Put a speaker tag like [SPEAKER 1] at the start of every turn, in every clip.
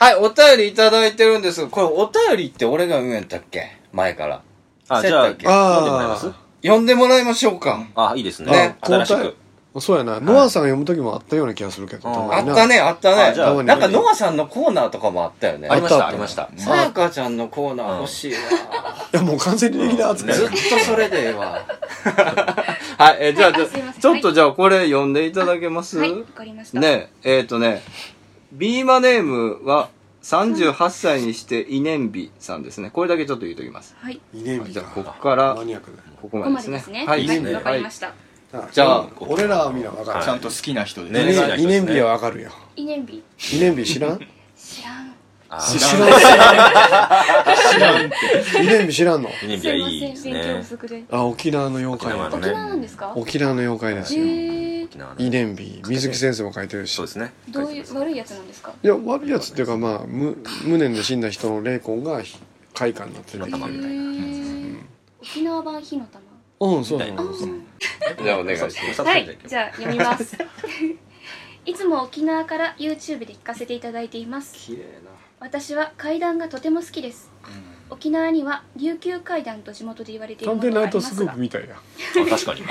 [SPEAKER 1] はい、お便りいただいてるんですが、これお便りって俺が言うんやったっけ前から。
[SPEAKER 2] あ、
[SPEAKER 1] セッ
[SPEAKER 2] じ
[SPEAKER 1] ト
[SPEAKER 2] ゃあ、
[SPEAKER 1] やっけ
[SPEAKER 2] 飲んでもらいます
[SPEAKER 1] 呼んでもらいましょうか。
[SPEAKER 2] あ、いいですね。
[SPEAKER 1] ね
[SPEAKER 2] あ新し
[SPEAKER 3] 交
[SPEAKER 2] く。
[SPEAKER 3] そうやな、ノアさんが読む時もあったような気がするけど、たま
[SPEAKER 1] あっ
[SPEAKER 3] にな
[SPEAKER 1] たね、あった
[SPEAKER 2] あ
[SPEAKER 1] ね。
[SPEAKER 2] じゃ
[SPEAKER 3] あ
[SPEAKER 1] なんか、ノアさんのコーナーとかもあったよね
[SPEAKER 2] あ。りまし、
[SPEAKER 3] あったた
[SPEAKER 2] ありました。
[SPEAKER 1] さやかちゃんのコーナー欲しいわ。
[SPEAKER 3] いやもう完全にレギュラー扱い
[SPEAKER 1] ずっとそれでええわ。 はい、えーじゃあ、
[SPEAKER 4] はい
[SPEAKER 1] じゃ
[SPEAKER 4] あすいま
[SPEAKER 1] あ
[SPEAKER 4] せん
[SPEAKER 1] ちょっとじゃあこれ読んでいただけます
[SPEAKER 4] はい、わかりました。
[SPEAKER 1] ねえ、えっ、とね、ビーマネームは38歳にしてイネンビさんですね。これだけちょっと言うときます。
[SPEAKER 4] はい。
[SPEAKER 3] 2年日
[SPEAKER 1] じゃ
[SPEAKER 3] だ
[SPEAKER 1] あ、ここから、
[SPEAKER 3] マニアックだ
[SPEAKER 1] ここ
[SPEAKER 4] こ
[SPEAKER 1] ま
[SPEAKER 4] こ
[SPEAKER 1] で
[SPEAKER 4] ま
[SPEAKER 1] で
[SPEAKER 4] ですで
[SPEAKER 1] ね
[SPEAKER 4] すね。
[SPEAKER 1] は、
[SPEAKER 4] はいい、
[SPEAKER 1] いいですね。
[SPEAKER 4] わか
[SPEAKER 1] は
[SPEAKER 4] り
[SPEAKER 1] い
[SPEAKER 4] ま。した。
[SPEAKER 3] な
[SPEAKER 1] じゃあ
[SPEAKER 3] 俺らはみんな分かる、
[SPEAKER 5] ちゃんと好きな人です
[SPEAKER 2] ね
[SPEAKER 5] ね。
[SPEAKER 2] はい
[SPEAKER 3] 2年日は分かるよ
[SPEAKER 4] 記念日
[SPEAKER 3] 2年日知らん
[SPEAKER 4] 知らん。
[SPEAKER 2] あ
[SPEAKER 3] 知
[SPEAKER 2] ー、
[SPEAKER 3] らん2年日知らんの
[SPEAKER 2] 記念
[SPEAKER 4] す
[SPEAKER 2] 日はいいいで
[SPEAKER 4] ますせん、勉強
[SPEAKER 2] ね
[SPEAKER 4] 不。足で。
[SPEAKER 3] あ沖縄の妖怪
[SPEAKER 2] 沖縄の
[SPEAKER 4] 沖縄なんですか？
[SPEAKER 3] 沖縄の妖怪ですよ
[SPEAKER 4] へえ
[SPEAKER 2] 沖。縄の
[SPEAKER 3] 2年日水木先生も書いてるし
[SPEAKER 2] そうですね。
[SPEAKER 4] どういう悪いやつなんですか？
[SPEAKER 3] いや悪いやつっていうかまあ無無念で死んだ人の霊魂が開花になってる
[SPEAKER 2] 火の玉みたいな
[SPEAKER 4] へえ。沖縄版火の玉。
[SPEAKER 3] うんそう
[SPEAKER 2] みた
[SPEAKER 3] そうそ
[SPEAKER 2] いな
[SPEAKER 3] うそう
[SPEAKER 1] じゃあお願いします
[SPEAKER 4] はい、じ
[SPEAKER 2] ゃ
[SPEAKER 4] ゃあ読みます。 いつも沖縄から YouTube で聞かせていただいています。
[SPEAKER 1] 綺麗な。
[SPEAKER 4] 私は階段がとても好きです。沖縄には琉球階段と地元で言われている
[SPEAKER 3] 探
[SPEAKER 4] ものがあ
[SPEAKER 3] 偵ナ
[SPEAKER 4] り
[SPEAKER 3] イ
[SPEAKER 4] ま
[SPEAKER 3] トス
[SPEAKER 4] す
[SPEAKER 3] クー
[SPEAKER 4] が
[SPEAKER 3] プ、みたいや
[SPEAKER 2] あ。確かに。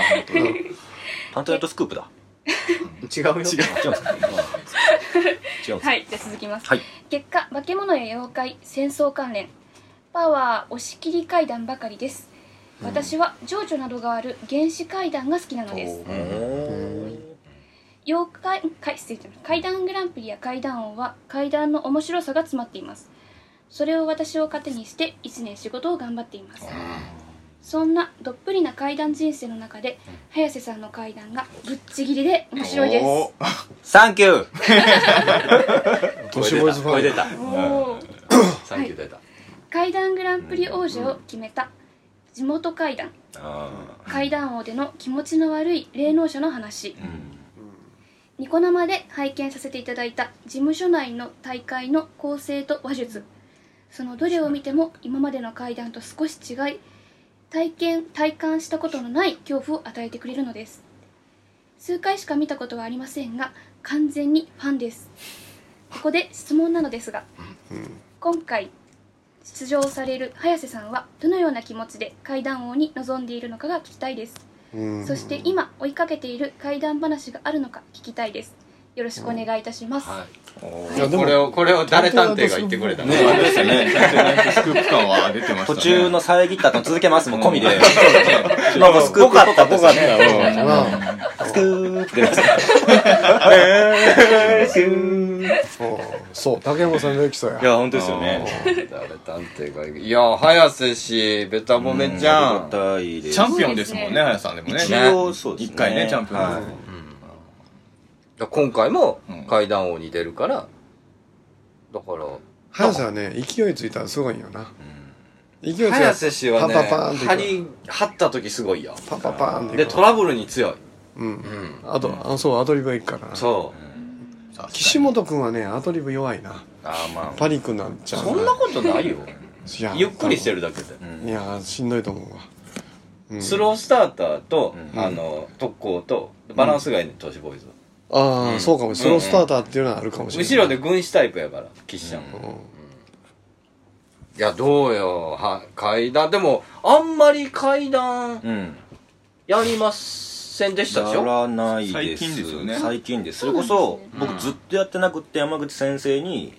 [SPEAKER 2] パントナイトスクープだ。
[SPEAKER 1] 違うよ。
[SPEAKER 2] 違うんですか違うんですか
[SPEAKER 4] はい、じゃあ続きます。
[SPEAKER 2] はい。
[SPEAKER 4] 結果化け物や妖怪戦争関連パワー押し切り階段ばかりです私は情緒などがある原始階段が好きなのです妖怪怪失礼しました階段グランプリや階段王は階段の面白さが詰まっていますそれを私を糧にして1年仕事を頑張っていますそんなどっぷりな階段人生の中で早瀬さんの階段がぶっちぎりで面白いですお
[SPEAKER 2] サンキュー
[SPEAKER 3] 都市ボーイズファン
[SPEAKER 2] 声出た。
[SPEAKER 4] おー
[SPEAKER 2] サンキュー出た。
[SPEAKER 4] 階段グランプリ王者を決めた地元階段
[SPEAKER 2] あ
[SPEAKER 4] 階段王での気持ちの悪い霊能者の話
[SPEAKER 2] ーうん
[SPEAKER 4] ニコ生で拝見させていただいた事務所内の大会の構成と話術そのどれを見ても今までの階段と少し違い体験体感したことのない恐怖を与えてくれるのです数回しか見たことはありませんが完全にファンですここで質問なのですが、今回出場される早瀬さんはどのような気持ちで階段王に臨んでいるのかが聞きたいです
[SPEAKER 3] うん
[SPEAKER 4] そして今追いかけている怪談話があるのか聞きたいです。よろしくお願いいたします。
[SPEAKER 1] はい
[SPEAKER 3] いやでも
[SPEAKER 1] これを、これを誰探偵が言ってくれたの
[SPEAKER 2] ねあれですよ ね。
[SPEAKER 5] スクープ感は出てましたね。
[SPEAKER 2] 途中の遮ったの続けますもん込みで。
[SPEAKER 1] なんか
[SPEAKER 2] ぽかった、ぽかった。
[SPEAKER 3] なあ
[SPEAKER 2] スクープってなっちゃう
[SPEAKER 3] そうそう竹山さんのきそうや
[SPEAKER 2] いや、本当ですよね。
[SPEAKER 1] 誰探偵が言ういや、早瀬氏、べた褒めちゃ
[SPEAKER 2] ありが
[SPEAKER 1] ん。
[SPEAKER 2] たいです
[SPEAKER 5] チャンピオンですもんね、あやさんでもね。
[SPEAKER 2] 一応そうですね。
[SPEAKER 5] 一回ねチャンピオン
[SPEAKER 2] はい
[SPEAKER 1] 今回も
[SPEAKER 5] うん
[SPEAKER 1] 階段王に出るから、だから、
[SPEAKER 3] 速さはね勢いついたらすごいよな勢いついた
[SPEAKER 1] 早
[SPEAKER 3] ら
[SPEAKER 1] 瀬氏はね、
[SPEAKER 3] パンパンパンっていく
[SPEAKER 1] 張り、張った時すごいよ。
[SPEAKER 3] パンパンパンってい
[SPEAKER 1] で、
[SPEAKER 3] く
[SPEAKER 1] トラブルに強い。
[SPEAKER 3] うん
[SPEAKER 1] うん。
[SPEAKER 3] あとあそうアドリブがいくからな
[SPEAKER 1] そう。
[SPEAKER 3] 岸本君はねアドリブ弱いな
[SPEAKER 2] ああ、ま
[SPEAKER 3] パニックになっちゃう
[SPEAKER 1] そんなことないよ。
[SPEAKER 3] いや
[SPEAKER 1] ゆっくりしてるだけで。
[SPEAKER 3] い
[SPEAKER 2] あ。
[SPEAKER 3] やしんどいと思うわ、うん
[SPEAKER 1] スロースターターと、
[SPEAKER 2] うん
[SPEAKER 1] あの、特攻と、バランス外の都市ボーイズは。
[SPEAKER 3] ああ、
[SPEAKER 1] うん
[SPEAKER 3] そうかもスロースターターっていうのはあるかもしれない、
[SPEAKER 1] 後ろで軍師タイプやから、キッシャン。
[SPEAKER 2] うん
[SPEAKER 3] うん
[SPEAKER 1] いや、どうよ。は、階段。でも、あんまり階段
[SPEAKER 2] うん。
[SPEAKER 1] やりませんでしたでし
[SPEAKER 2] や
[SPEAKER 1] ょ
[SPEAKER 2] らないです。
[SPEAKER 5] 最近ですよね
[SPEAKER 2] 最近です。そ
[SPEAKER 4] そ
[SPEAKER 2] れ
[SPEAKER 4] うなん
[SPEAKER 2] こ
[SPEAKER 4] です
[SPEAKER 2] そ
[SPEAKER 4] ね、
[SPEAKER 2] 僕ずっとやってなくって、山口先生に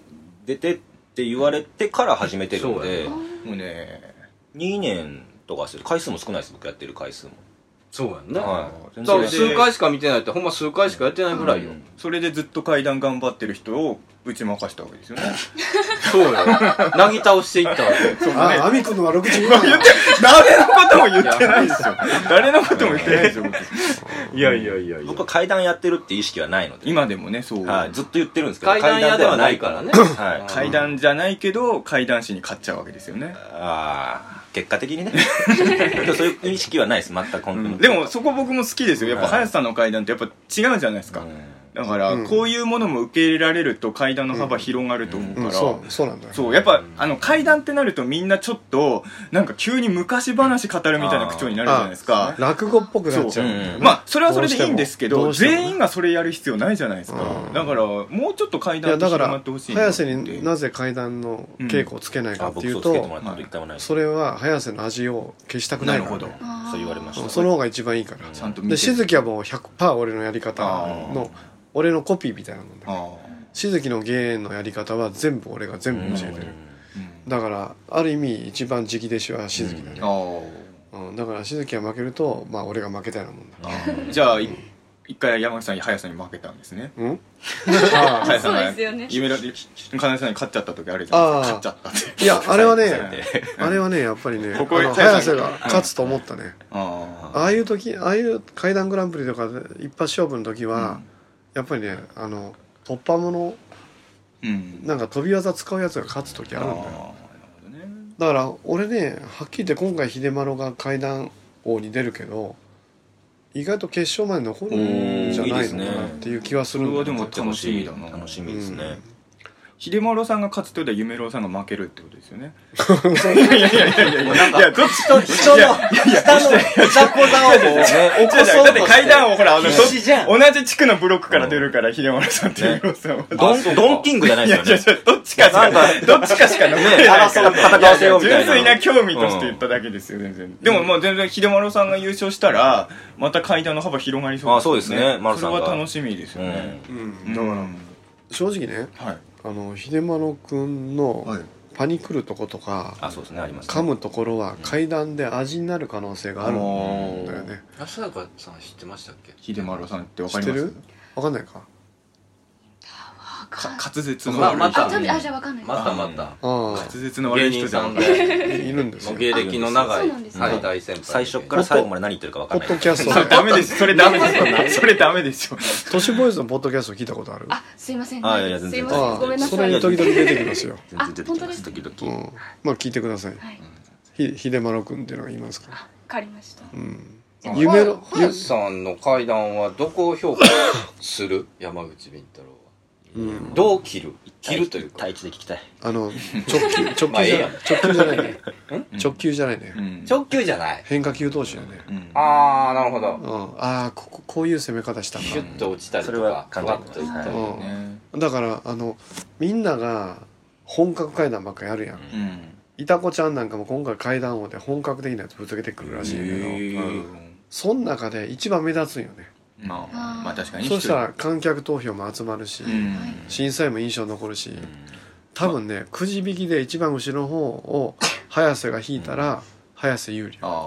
[SPEAKER 2] 出てって言われてから始めてるんで
[SPEAKER 1] そう、
[SPEAKER 5] もうね、
[SPEAKER 2] 2年とかする。回数も少ないです、僕やってる回数も。
[SPEAKER 1] そうやんね。
[SPEAKER 2] はい。全
[SPEAKER 1] だから
[SPEAKER 5] う
[SPEAKER 1] 数回しか見てないって、ほんま数回しかやってないぐらいよ。
[SPEAKER 2] うん
[SPEAKER 5] それでずっと階段頑張ってる人を打ち負かしたわけですよね。
[SPEAKER 1] そうよ。なぎ倒していったわけ。
[SPEAKER 3] あアミ君の悪口言うなよ
[SPEAKER 5] 誰のことも言ってないですよ。誰のことも言ってないですよ、
[SPEAKER 1] いやいやいやい
[SPEAKER 2] 僕は階段やってるって意識はないので。
[SPEAKER 5] 今でもね、そう。
[SPEAKER 2] はい。ずっと言ってるんですけど、
[SPEAKER 1] 階段屋ではないからね。
[SPEAKER 2] 階段ではない。はい。
[SPEAKER 5] 階段じゃないけど、階段師に勝っちゃうわけですよね。
[SPEAKER 2] ああ、結果的にね。でもそういう意識はないです、全く本当に。
[SPEAKER 5] でも、そこ僕も好きですよ。やっぱ、
[SPEAKER 2] はい
[SPEAKER 5] 林さんの階段ってやっぱ違うじゃないですか。
[SPEAKER 2] うん
[SPEAKER 5] だから、
[SPEAKER 3] うん
[SPEAKER 5] こういうものも受け入れられると階段の幅広がると思うから、
[SPEAKER 3] うん、そうそうなんだよ
[SPEAKER 5] そうやっぱあの階段ってなるとみんなちょっとなんか急に昔話語るみたいな口調になるじゃないですか
[SPEAKER 3] 落語っぽくなっちゃうんだよね、
[SPEAKER 2] そう
[SPEAKER 5] まあそれはそれでいいんですけど
[SPEAKER 3] どうしても
[SPEAKER 5] 全員がそれやる必要ないじゃないですか、
[SPEAKER 3] うん
[SPEAKER 5] だからもうちょっと階
[SPEAKER 3] いや
[SPEAKER 5] 段って
[SPEAKER 3] だか
[SPEAKER 5] 広が
[SPEAKER 3] ら
[SPEAKER 5] ってほしいな
[SPEAKER 3] 早
[SPEAKER 5] って
[SPEAKER 3] 瀬になぜ階段の稽古をつけないか
[SPEAKER 2] あ
[SPEAKER 3] ってい
[SPEAKER 2] 僕そう
[SPEAKER 3] と、
[SPEAKER 2] うつけてもらったこと一回もないです
[SPEAKER 3] それは早瀬の味を消したくないから、ね、
[SPEAKER 5] なる
[SPEAKER 4] ほど
[SPEAKER 2] そう言われまし
[SPEAKER 3] うん
[SPEAKER 2] た
[SPEAKER 3] その方が一番いいから、
[SPEAKER 5] ちゃんと見て
[SPEAKER 3] でしずきはもう100%俺のやり方の俺のコピーみたいなもんだ
[SPEAKER 5] あ
[SPEAKER 3] しずきの芸のやり方は全部俺が全部教えてる、
[SPEAKER 5] ー、
[SPEAKER 3] だからある意味一番直弟子はしずきだね、
[SPEAKER 5] う
[SPEAKER 3] うんだからしずきが負けるとまあ俺が負けたようなもんだ
[SPEAKER 5] んあーじゃあい一回山口さんに速さに負けたんですね
[SPEAKER 3] うんあ
[SPEAKER 5] 早さん
[SPEAKER 4] そう
[SPEAKER 5] が
[SPEAKER 4] ですよね
[SPEAKER 5] 夢だって金井さんに勝っちゃった時あるじゃないですか
[SPEAKER 3] あー
[SPEAKER 5] 勝っちゃったって
[SPEAKER 3] あいやあれは ね
[SPEAKER 5] されて
[SPEAKER 3] あれはねやっぱりね
[SPEAKER 5] ここへ
[SPEAKER 3] あの
[SPEAKER 5] さやさ
[SPEAKER 3] 早瀬
[SPEAKER 5] ん
[SPEAKER 3] が勝つと思ったね、
[SPEAKER 5] あー
[SPEAKER 3] ああいう時ああいう階段グランプリとかで一発勝負の時は、やっぱりねあの突破者
[SPEAKER 5] うん
[SPEAKER 3] なんか飛び技使うやつが勝つ時あるんだよ
[SPEAKER 5] あーなるほどね
[SPEAKER 3] だから俺ねはっきり言って今回秀丸が階段王に出るけど意外と決勝まで残るんじゃないのかなっていう気はす
[SPEAKER 5] そ
[SPEAKER 3] る
[SPEAKER 5] れ
[SPEAKER 3] んだ
[SPEAKER 5] は
[SPEAKER 3] よ
[SPEAKER 5] でも楽しみだな
[SPEAKER 2] 楽しみですね、
[SPEAKER 5] 秀丸さんが勝つということは夢郎さんが負けるってことですよねいやいやいやいやいやいやどっちと
[SPEAKER 6] 人の下のザコザをね起こそう
[SPEAKER 5] だっ
[SPEAKER 6] と
[SPEAKER 5] て階段をほらあの
[SPEAKER 6] 必死じゃん
[SPEAKER 5] 同じ地区のブロックから出るから秀丸さんと夢郎さんは
[SPEAKER 2] ドンドンキングじゃない
[SPEAKER 5] い
[SPEAKER 2] で
[SPEAKER 5] やい
[SPEAKER 2] すよ
[SPEAKER 5] や
[SPEAKER 2] ね
[SPEAKER 5] いやどっちかしかどっちかしか残れない
[SPEAKER 6] 争
[SPEAKER 5] から
[SPEAKER 6] う戦わせようみた
[SPEAKER 5] 純
[SPEAKER 6] いな
[SPEAKER 5] 粋な興味として言っただけですよ全然でもまあ全然秀丸さんが優勝したらまた階段の幅広がりそう
[SPEAKER 2] あそうですね丸さんが
[SPEAKER 5] それは楽しみですよね
[SPEAKER 3] うん
[SPEAKER 5] だ
[SPEAKER 3] だから正直ね
[SPEAKER 5] はい
[SPEAKER 3] あの秀丸くんの
[SPEAKER 5] い
[SPEAKER 3] パニクるとことか、
[SPEAKER 2] あそうですねありますね
[SPEAKER 3] 噛むところは階段で味になる可能性があるんだよね
[SPEAKER 1] 安坂さん知ってましたっけ
[SPEAKER 5] 秀丸さんってわ
[SPEAKER 3] 知
[SPEAKER 5] か
[SPEAKER 3] っ
[SPEAKER 5] り
[SPEAKER 3] て
[SPEAKER 5] ま
[SPEAKER 3] る
[SPEAKER 5] す
[SPEAKER 3] わかんないか
[SPEAKER 5] か滑舌の
[SPEAKER 1] まあ
[SPEAKER 5] 悪い
[SPEAKER 1] ま
[SPEAKER 5] 人
[SPEAKER 1] た
[SPEAKER 4] あちょっとあじゃあわかんない
[SPEAKER 1] またまた
[SPEAKER 3] あ
[SPEAKER 5] 滑
[SPEAKER 3] あ
[SPEAKER 5] 舌の悪
[SPEAKER 1] 芸
[SPEAKER 5] い人
[SPEAKER 1] 人
[SPEAKER 5] じゃ
[SPEAKER 1] さ
[SPEAKER 5] ん
[SPEAKER 1] んで
[SPEAKER 3] いるんです
[SPEAKER 1] もう
[SPEAKER 3] よ
[SPEAKER 1] 芸歴の長い
[SPEAKER 4] そうなんですね
[SPEAKER 1] はい大先輩で
[SPEAKER 2] 最初から最後まで何言ってるか分か
[SPEAKER 3] ポッ
[SPEAKER 2] んない
[SPEAKER 3] ドキャスト
[SPEAKER 5] それ
[SPEAKER 3] で
[SPEAKER 5] ダメですそれダメ ですそれダメでしょ
[SPEAKER 3] 都市ボーイズのポッドキャスト聞いたことある
[SPEAKER 4] あすいません
[SPEAKER 2] あいやいや全
[SPEAKER 4] す
[SPEAKER 2] 然
[SPEAKER 4] いませ
[SPEAKER 3] あ
[SPEAKER 4] んごめんな
[SPEAKER 3] そ
[SPEAKER 4] さ
[SPEAKER 3] れ
[SPEAKER 4] い
[SPEAKER 3] に時々出てきますよ、
[SPEAKER 2] 全然出てきます
[SPEAKER 4] あ
[SPEAKER 2] 時々
[SPEAKER 3] うん、まあ聞いてください
[SPEAKER 4] はい
[SPEAKER 3] ひ秀丸君っていうのがいますから、
[SPEAKER 4] わかりました
[SPEAKER 3] うん、
[SPEAKER 5] あ
[SPEAKER 3] 夢の
[SPEAKER 1] 林さんの階段はどこを評価する 山口敏太郎
[SPEAKER 3] ゆうん
[SPEAKER 1] はどう切る切るというか
[SPEAKER 2] 対一で聞きたい
[SPEAKER 3] あの直球
[SPEAKER 1] まあ
[SPEAKER 3] 直球じゃ
[SPEAKER 1] ええや
[SPEAKER 3] なんい直球じゃないね直球じゃないね
[SPEAKER 5] うん
[SPEAKER 1] 直球じゃない
[SPEAKER 3] 変化球投手だね、
[SPEAKER 5] うん
[SPEAKER 1] ああなるほど
[SPEAKER 3] うん、ああこここういう攻め方した
[SPEAKER 1] シュ
[SPEAKER 3] か
[SPEAKER 1] ッと落ちたりと
[SPEAKER 2] それは
[SPEAKER 1] かふ
[SPEAKER 2] 簡
[SPEAKER 1] わ
[SPEAKER 2] 単
[SPEAKER 1] っといったり
[SPEAKER 3] うん
[SPEAKER 5] ね
[SPEAKER 3] だからあのみんなが本格階段ばっかやるやん
[SPEAKER 5] うん
[SPEAKER 3] いたこちゃんなんかも今回階段王で本格的なやつぶつけてくるらしいけど、うんそん中で一番目立つんよね
[SPEAKER 5] まあまあ確かに
[SPEAKER 3] そうしたら観客投票も集まるし、審査員も印象残るし、多分ねくじ引きで一番後ろの方を早瀬が引いたら早瀬有利
[SPEAKER 5] あー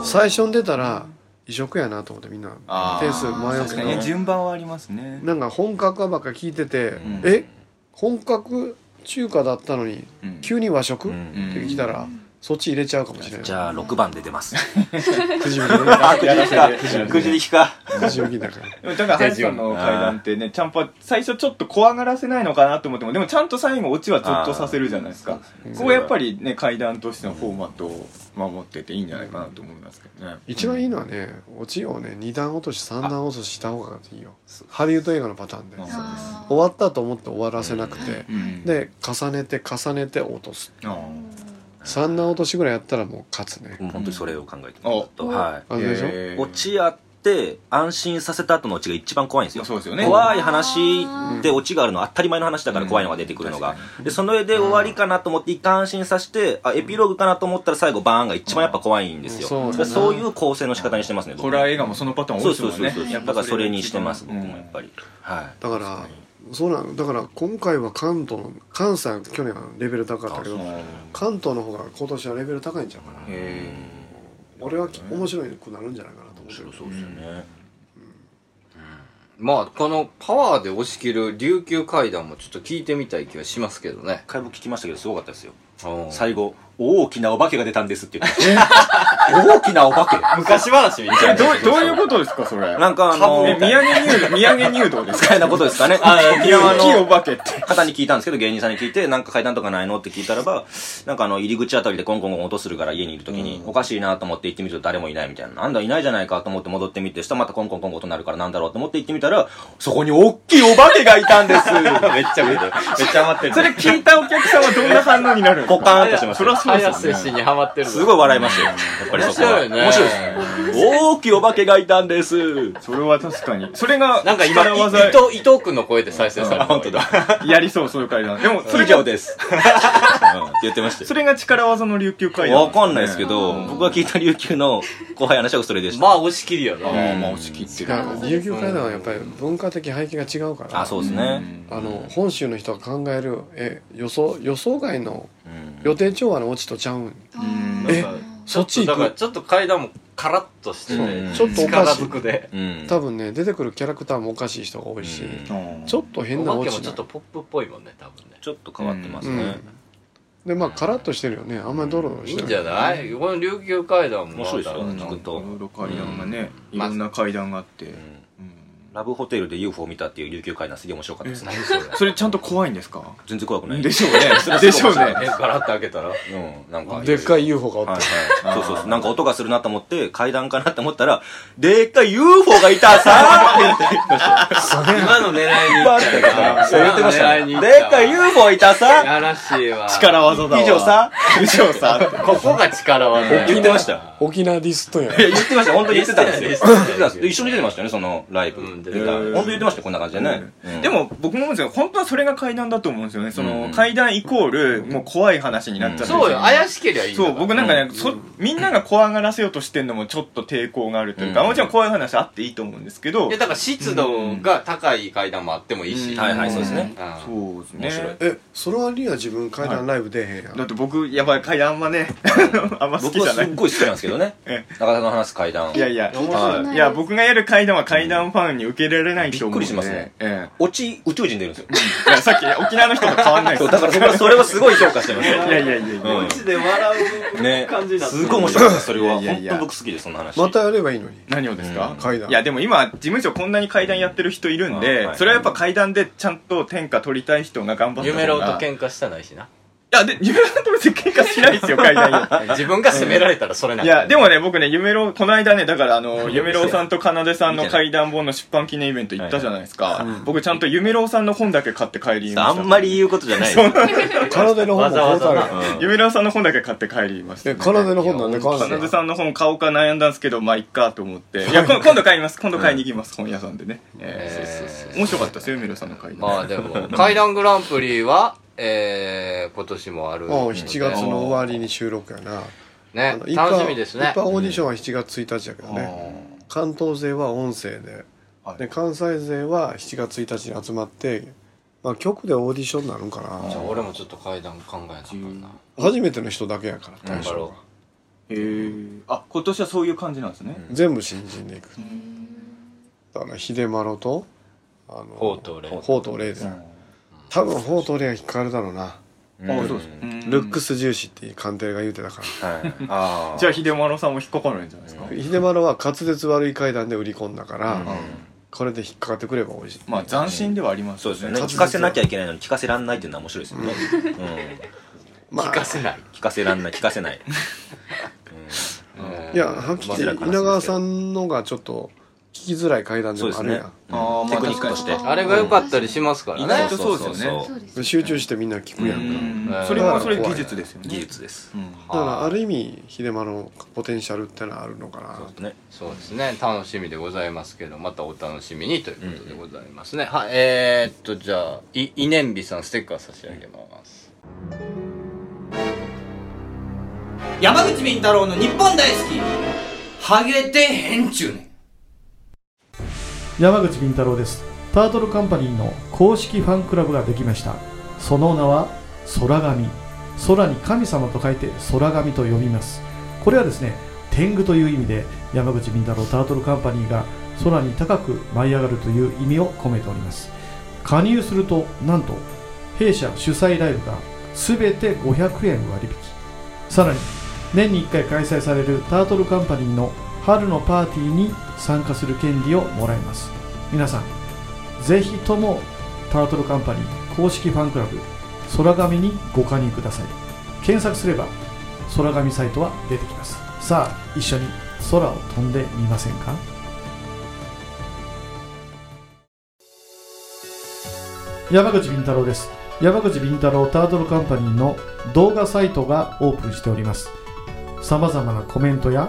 [SPEAKER 4] あー
[SPEAKER 3] 最初に出たら異色やなと思ってみんな
[SPEAKER 5] あー
[SPEAKER 3] 点数前置
[SPEAKER 5] 確
[SPEAKER 3] き
[SPEAKER 5] か
[SPEAKER 3] の
[SPEAKER 5] にね順番はありますね
[SPEAKER 3] なんか本格派ばっか聞いてて、
[SPEAKER 5] ん
[SPEAKER 3] え本格中華だったのに
[SPEAKER 5] うん
[SPEAKER 3] 急に和食、
[SPEAKER 2] うん
[SPEAKER 3] ってきたら、そっち入れちゃうかもしれない
[SPEAKER 2] じゃあ6番で出ます
[SPEAKER 3] くじ引きね
[SPEAKER 6] あやらせてくじ引きか
[SPEAKER 3] くじ引きだから
[SPEAKER 5] でもだから林さんの階段ってねちゃんと最初ちょっと怖がらせないのかなと思ってもでもちゃんと最後オチはずっとさせるじゃないですかここはやっぱりね階段としてのフォーマットを守ってていいんじゃないかなと思いますけどね
[SPEAKER 3] 一番いいのはねオチをね2段落とし3段落としした方がいいよハリウッド映画のパターンで
[SPEAKER 5] あ
[SPEAKER 3] 終
[SPEAKER 4] あー
[SPEAKER 3] わったと思って終わらせなくて
[SPEAKER 5] うん
[SPEAKER 3] で重ねて重ねて落とす
[SPEAKER 5] あー
[SPEAKER 3] 3段落としぐらいやったらもう勝つね
[SPEAKER 2] もう本当にそれを考えて
[SPEAKER 5] うん
[SPEAKER 2] ずっとは
[SPEAKER 3] あれでしょ、
[SPEAKER 5] え
[SPEAKER 2] い
[SPEAKER 5] ー
[SPEAKER 2] 落ちあって安心させた後の落ちが一番怖いんですよ
[SPEAKER 5] そうですよね
[SPEAKER 2] 怖い話
[SPEAKER 4] あ
[SPEAKER 2] で落ちがあるのは当たり前の話だから怖いのが出てくるのが、でその上で終わりかなと思って一旦安心させてあエピローグかなと思ったら最後バーンが一番やっぱ怖いんですよ、
[SPEAKER 3] うんそうだな
[SPEAKER 2] でそういう構成の仕方にしてますね
[SPEAKER 5] ホ
[SPEAKER 2] 僕
[SPEAKER 5] ラー映画もそのパターン多
[SPEAKER 2] そ
[SPEAKER 5] いうで
[SPEAKER 2] そ
[SPEAKER 5] す
[SPEAKER 2] う
[SPEAKER 5] もん
[SPEAKER 2] そうそ
[SPEAKER 5] ね
[SPEAKER 2] う、
[SPEAKER 5] やっぱ
[SPEAKER 2] だからそれにしてます
[SPEAKER 5] う
[SPEAKER 2] 僕
[SPEAKER 5] ん
[SPEAKER 2] もやっぱり、はい
[SPEAKER 3] だからそうなんだから今回は関東の関西は去年はレベル高かったけど関東の方が今年はレベル高いんちゃうかな俺はき面白いくなるんじゃないかなと思ってる
[SPEAKER 2] そうですよね、
[SPEAKER 1] まあこのパワーで押し切る琉球階段もちょっと聞いてみたい気はしますけどね
[SPEAKER 2] 一回も聞きましたけどすごかったですよ
[SPEAKER 1] おー
[SPEAKER 2] 最後大きなお化けが出たんですって言って 大きなお化け
[SPEAKER 1] 昔話みたい
[SPEAKER 5] ど
[SPEAKER 1] な。
[SPEAKER 5] うどういうことですかそれ
[SPEAKER 2] なんかあの
[SPEAKER 5] え
[SPEAKER 2] み
[SPEAKER 5] 宮城入道宮城入道です
[SPEAKER 2] た
[SPEAKER 5] か
[SPEAKER 2] いなことですかね。
[SPEAKER 5] いや大きいお化けって
[SPEAKER 2] 方に聞いたんですけど、芸人さんに聞いて、なんか階段とかないのって聞いたらば、なんかあの、入り口あたりでコンコンコン音するから家にいるときに、おかしいなと思って行ってみると誰もいないみたいな。なんだ、いないじゃないかと思って戻ってみて、したらまたコンコンコンコン音なるからなんだろうと思って行ってみたら、そこに大きいお化けがいたんです
[SPEAKER 1] めっちゃ見てる。めっちゃ余ってる。
[SPEAKER 5] それ聞いたお客さんはどんな反応になるんです
[SPEAKER 2] ポ
[SPEAKER 5] か
[SPEAKER 2] カーンとしまし
[SPEAKER 5] そりゃ
[SPEAKER 2] た。
[SPEAKER 5] そうです
[SPEAKER 1] 早瀬
[SPEAKER 5] よ
[SPEAKER 1] 氏
[SPEAKER 5] ね
[SPEAKER 1] にハマってる。
[SPEAKER 2] すごい笑いましたよ。やっぱり
[SPEAKER 1] 面
[SPEAKER 2] そこは。
[SPEAKER 1] 白いね。
[SPEAKER 2] 面白いです。
[SPEAKER 1] ね。
[SPEAKER 2] 大きいお化けがいたんです。
[SPEAKER 5] それは確かにそれが
[SPEAKER 1] なんか今、
[SPEAKER 5] 力
[SPEAKER 1] 伊
[SPEAKER 5] 技
[SPEAKER 1] 藤、伊藤君の声で再生され
[SPEAKER 2] あ、
[SPEAKER 1] た。
[SPEAKER 2] 本当だ。
[SPEAKER 5] やりそうそういう階段でもそれ
[SPEAKER 2] 以上
[SPEAKER 5] が
[SPEAKER 2] です。 うんって言ってましたよ
[SPEAKER 5] それが力技の琉球階段
[SPEAKER 2] わかんないですけど、
[SPEAKER 5] うん
[SPEAKER 2] 僕が聞いた琉球の後輩の話はそれでした。
[SPEAKER 1] まあ、押し切りやな。
[SPEAKER 5] うんまあ押し切って
[SPEAKER 3] いや琉球階段はやっぱり文化的背景が違うから
[SPEAKER 2] あ、そうですね。
[SPEAKER 3] あの本州の人が考えるえ予想予想外の
[SPEAKER 2] うん
[SPEAKER 3] 予定調和のオチとちゃうん
[SPEAKER 5] うん
[SPEAKER 3] え
[SPEAKER 5] なんか
[SPEAKER 3] そっち行
[SPEAKER 1] だから
[SPEAKER 3] く
[SPEAKER 1] ちょっと階段もカラッとして
[SPEAKER 2] そう
[SPEAKER 1] て、
[SPEAKER 3] ち ょっとおか
[SPEAKER 1] 力
[SPEAKER 3] し
[SPEAKER 1] ず
[SPEAKER 3] い
[SPEAKER 1] くで。
[SPEAKER 2] うん。
[SPEAKER 3] 多分ね出てくるキャラクターもおかしい人が多いし、
[SPEAKER 2] うん
[SPEAKER 3] ちょっと変
[SPEAKER 1] お
[SPEAKER 3] な
[SPEAKER 1] 化
[SPEAKER 3] オ
[SPEAKER 1] け
[SPEAKER 3] チ
[SPEAKER 1] もちょっとポップっぽいもんね、多分ね。
[SPEAKER 2] ちょっと変わってます
[SPEAKER 3] う
[SPEAKER 2] ね
[SPEAKER 3] ん。でまあカラッとしてるよねあんまりドロドロ
[SPEAKER 1] い
[SPEAKER 3] し
[SPEAKER 1] い
[SPEAKER 3] て
[SPEAKER 1] んじゃないこの琉球階段も。
[SPEAKER 2] 面白いですよ
[SPEAKER 1] なん
[SPEAKER 2] ち
[SPEAKER 1] だ
[SPEAKER 2] ょ
[SPEAKER 1] ろ
[SPEAKER 2] っ
[SPEAKER 1] う
[SPEAKER 2] と
[SPEAKER 1] な
[SPEAKER 2] 聞くと
[SPEAKER 5] いろいろ階段がねいろんな階段があって
[SPEAKER 2] うん
[SPEAKER 5] うん
[SPEAKER 2] ラブホテルで UFO 見たっていう琉球会談すげえ面白かったですね。
[SPEAKER 5] それちゃんと怖いんですか
[SPEAKER 2] 全然怖くない。
[SPEAKER 5] でしょうね でしょうね
[SPEAKER 1] え、ガラッと開けたら
[SPEAKER 2] うん、なんか。
[SPEAKER 3] でっかい UFO がおって、
[SPEAKER 2] はいはい。そうそうそう。なんか音がするなと思って、階段かなと思ったら、でっかい UFO がいたさーって
[SPEAKER 1] 今の狙いに行
[SPEAKER 2] バ
[SPEAKER 1] っ
[SPEAKER 2] ン
[SPEAKER 1] ち
[SPEAKER 2] って
[SPEAKER 1] ゃうな。
[SPEAKER 2] そう言ってましたね。
[SPEAKER 1] 今の狙いに
[SPEAKER 2] で
[SPEAKER 1] 行ちゃう
[SPEAKER 2] っ
[SPEAKER 1] な
[SPEAKER 2] かい UFO いたさ
[SPEAKER 1] やらしいわ。
[SPEAKER 5] 力技だわ
[SPEAKER 2] 以上さ
[SPEAKER 5] 以上さ
[SPEAKER 1] ここが力技だよ
[SPEAKER 2] 言ってましたよ。
[SPEAKER 3] 沖縄ディストや
[SPEAKER 2] いや、言ってました。本当に言ってたんですよ。
[SPEAKER 1] 言
[SPEAKER 2] 言
[SPEAKER 1] っ
[SPEAKER 2] って
[SPEAKER 1] たよ
[SPEAKER 2] てたんですよ一緒に出てましたよね、そのライブ。
[SPEAKER 1] うん
[SPEAKER 2] 出
[SPEAKER 1] 出
[SPEAKER 2] て
[SPEAKER 1] て
[SPEAKER 2] た
[SPEAKER 1] た
[SPEAKER 2] 本当に言ってましたよ、こんな感じでね。うん
[SPEAKER 5] で、も僕も思うんですよ本当はそれが階段だと思うんですよねそ
[SPEAKER 2] うん
[SPEAKER 5] の階段イコールもう怖い話になっちゃってる
[SPEAKER 1] そうよ、怪しけりゃいいんだか
[SPEAKER 5] そ
[SPEAKER 1] ら
[SPEAKER 5] う僕なんかね、そみんなが怖がらせようとしてんのもちょっと抵抗があるというか、
[SPEAKER 2] うん
[SPEAKER 5] もちろん怖い話あっていいと思うんですけど
[SPEAKER 1] いや、だから湿度が高い階段もあってもいいし。
[SPEAKER 5] うん
[SPEAKER 2] はいはい、そうですね。
[SPEAKER 1] うん
[SPEAKER 5] そうですね
[SPEAKER 2] 面白い
[SPEAKER 3] えそれはリア自分階段ライブ出へんやん、
[SPEAKER 5] だって僕やばい階段あんまね あんま好
[SPEAKER 2] 僕
[SPEAKER 5] きじ
[SPEAKER 2] は
[SPEAKER 5] ゃ
[SPEAKER 2] す
[SPEAKER 5] な
[SPEAKER 2] っ
[SPEAKER 5] い
[SPEAKER 2] ごい好きなんですけどね。
[SPEAKER 5] え
[SPEAKER 2] 中田の話す階段
[SPEAKER 5] い。やいや
[SPEAKER 4] 面白い
[SPEAKER 5] はいいや僕がやる階段は階段ファンに受け入れられないと思うん
[SPEAKER 2] びっくり
[SPEAKER 5] で
[SPEAKER 2] しますね
[SPEAKER 5] え
[SPEAKER 2] オチ、宇宙人出るんですよ。
[SPEAKER 5] えいやさっき沖縄の人と変わんな いで
[SPEAKER 2] そ
[SPEAKER 5] す
[SPEAKER 2] うだからそれは、それはすごい評価してまし
[SPEAKER 5] い
[SPEAKER 2] た
[SPEAKER 5] やいやいやいや、
[SPEAKER 2] うん
[SPEAKER 1] で笑う
[SPEAKER 2] ね
[SPEAKER 1] 感じになってる
[SPEAKER 2] すごい面白かったです、それは。
[SPEAKER 5] いやいや
[SPEAKER 2] 本
[SPEAKER 5] いや
[SPEAKER 2] 当僕好きです、その話。
[SPEAKER 3] またやればいいの に
[SPEAKER 5] 何をですか、
[SPEAKER 3] 階段
[SPEAKER 5] いやでも今事務所こんなに階段やってる人いるんで、
[SPEAKER 2] あはい
[SPEAKER 5] それはやっぱ階段でちゃんと天下取りたい人が頑張っ た
[SPEAKER 1] 夢郎と
[SPEAKER 5] 嘩い
[SPEAKER 1] 喧嘩したないしな。
[SPEAKER 5] やで夢郎と別に喧嘩しないですよ階段よ
[SPEAKER 1] 自分が責められたらそれなん
[SPEAKER 5] い
[SPEAKER 1] だ
[SPEAKER 5] や、でもね、僕ね、夢郎、この間ね、だからあ の、夢郎さんと奏さんの怪談本の出版記念イベント行ったじゃないですか。僕ちゃんと夢郎さんの本だけ買って帰りました。
[SPEAKER 2] あんまり言うことじゃないです。
[SPEAKER 3] 体の方もこうたるやん
[SPEAKER 2] わざわざな
[SPEAKER 5] 夢郎さんの本だけ買って帰りました、
[SPEAKER 3] え体の本なんで買わない
[SPEAKER 5] 奏
[SPEAKER 3] の
[SPEAKER 5] さんの本買おうか悩んだんですけど、まあ、いっかと思って。いや、こ今度買います。今度買いに行きます。本屋さんでね。えー
[SPEAKER 1] えー
[SPEAKER 5] 面白かったですよ、夢郎さんの怪談。
[SPEAKER 1] まあでも、階段グランプリは、えー、今年もある。
[SPEAKER 3] うん7月の終わりに収録やなあ
[SPEAKER 1] ね
[SPEAKER 3] の、一般
[SPEAKER 1] 楽しみですね
[SPEAKER 3] 一。般オーディションは7月1日やけどね、関東勢は音声で
[SPEAKER 5] はい
[SPEAKER 3] で関西勢は7月1日に集まって、まあ、局でオーディションになるんか
[SPEAKER 1] じゃあ
[SPEAKER 3] な
[SPEAKER 1] 俺もちょっと階段考えなあかんな。
[SPEAKER 3] 初めての人だけやから
[SPEAKER 1] 頑
[SPEAKER 3] 大
[SPEAKER 1] 張
[SPEAKER 3] 将
[SPEAKER 1] ろ
[SPEAKER 3] が
[SPEAKER 5] へーあ、今年はそういう感じなんですね。
[SPEAKER 3] 全部新人でいくだから秀丸とあの
[SPEAKER 1] う。ほうと俺。
[SPEAKER 3] ほうとレイで多分ほうとレイが引っかかるだろうな
[SPEAKER 5] あ、そうです。
[SPEAKER 3] ルックス重視っていう鑑定が言うてたから
[SPEAKER 2] はいあ
[SPEAKER 5] じゃあ、秀丸さんも引っかかるんじゃないですか。
[SPEAKER 3] 秀丸は滑舌悪い階段で売り込んだから、
[SPEAKER 2] あ。
[SPEAKER 3] これで引っかかってくれば美味しい
[SPEAKER 5] まあ、斬新ではあります
[SPEAKER 2] そうですよね。
[SPEAKER 3] 滑舌
[SPEAKER 2] 聞かせなきゃいけないのに聞かせらんないっていうのは面白いですよね。
[SPEAKER 3] ま
[SPEAKER 1] 聞かせない
[SPEAKER 2] うん。。聞かせらんない、聞かせ ない。
[SPEAKER 3] いやはっきり言って稲川さんのがちょっと聞きづらい階段で
[SPEAKER 2] そうで
[SPEAKER 3] もあ
[SPEAKER 2] す
[SPEAKER 3] る
[SPEAKER 2] ね
[SPEAKER 3] や。
[SPEAKER 5] あー
[SPEAKER 2] テクニックとして。
[SPEAKER 1] あれが良かったりしますから
[SPEAKER 5] 意
[SPEAKER 1] ね
[SPEAKER 5] 外。とそうですよね
[SPEAKER 4] そうです
[SPEAKER 3] ん集中してみんな聞くやんか、
[SPEAKER 5] うん
[SPEAKER 1] ん
[SPEAKER 5] それもそれ技術ですよね
[SPEAKER 2] 技術です。
[SPEAKER 5] うん
[SPEAKER 3] だからある意味秀丸のポテンシャルってのはあるのかな
[SPEAKER 2] そうですね。
[SPEAKER 1] そうですね楽しみでございますけどまたお楽しみにということでございますね、はいえー、っとじゃあいいねんびさんステッカー差し上げます、
[SPEAKER 7] 山口敏太郎の日本大好きハゲてへんちゅうねん
[SPEAKER 8] 山口敏太郎ですタートルカンパニーの公式ファンクラブができましたその名は空神空に神様と書いて空神と呼びますこれはですね天狗という意味で山口敏太郎タートルカンパニーが空に高く舞い上がるという意味を込めております加入するとなんと弊社主催ライブが全て500円割引さらに年に1回開催されるタートルカンパニーの春のパーティーに参加する権利をもらいます皆さんぜひともタートルカンパニー公式ファンクラブ空紙にご加入ください検索すれば空紙サイトは出てきますさあ一緒に空を飛んでみませんか山口敏太郎です山口敏太郎タートルカンパニーの動画サイトがオープンしておりますさまざまなコメントや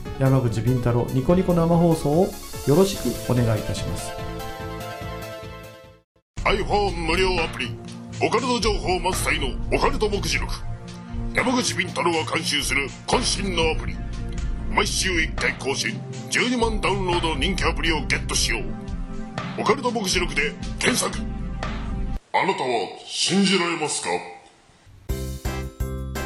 [SPEAKER 8] 山口敏太郎ニコニコ生放送をよろしくお願いいたします
[SPEAKER 9] iPhone 無料アプリオカルト情報満載のオカルト目次録山口敏太郎が監修する渾身のアプリ毎週1回更新12万ダウンロードの人気アプリをゲットしようオカルト目次録で検索あなたは信じられますか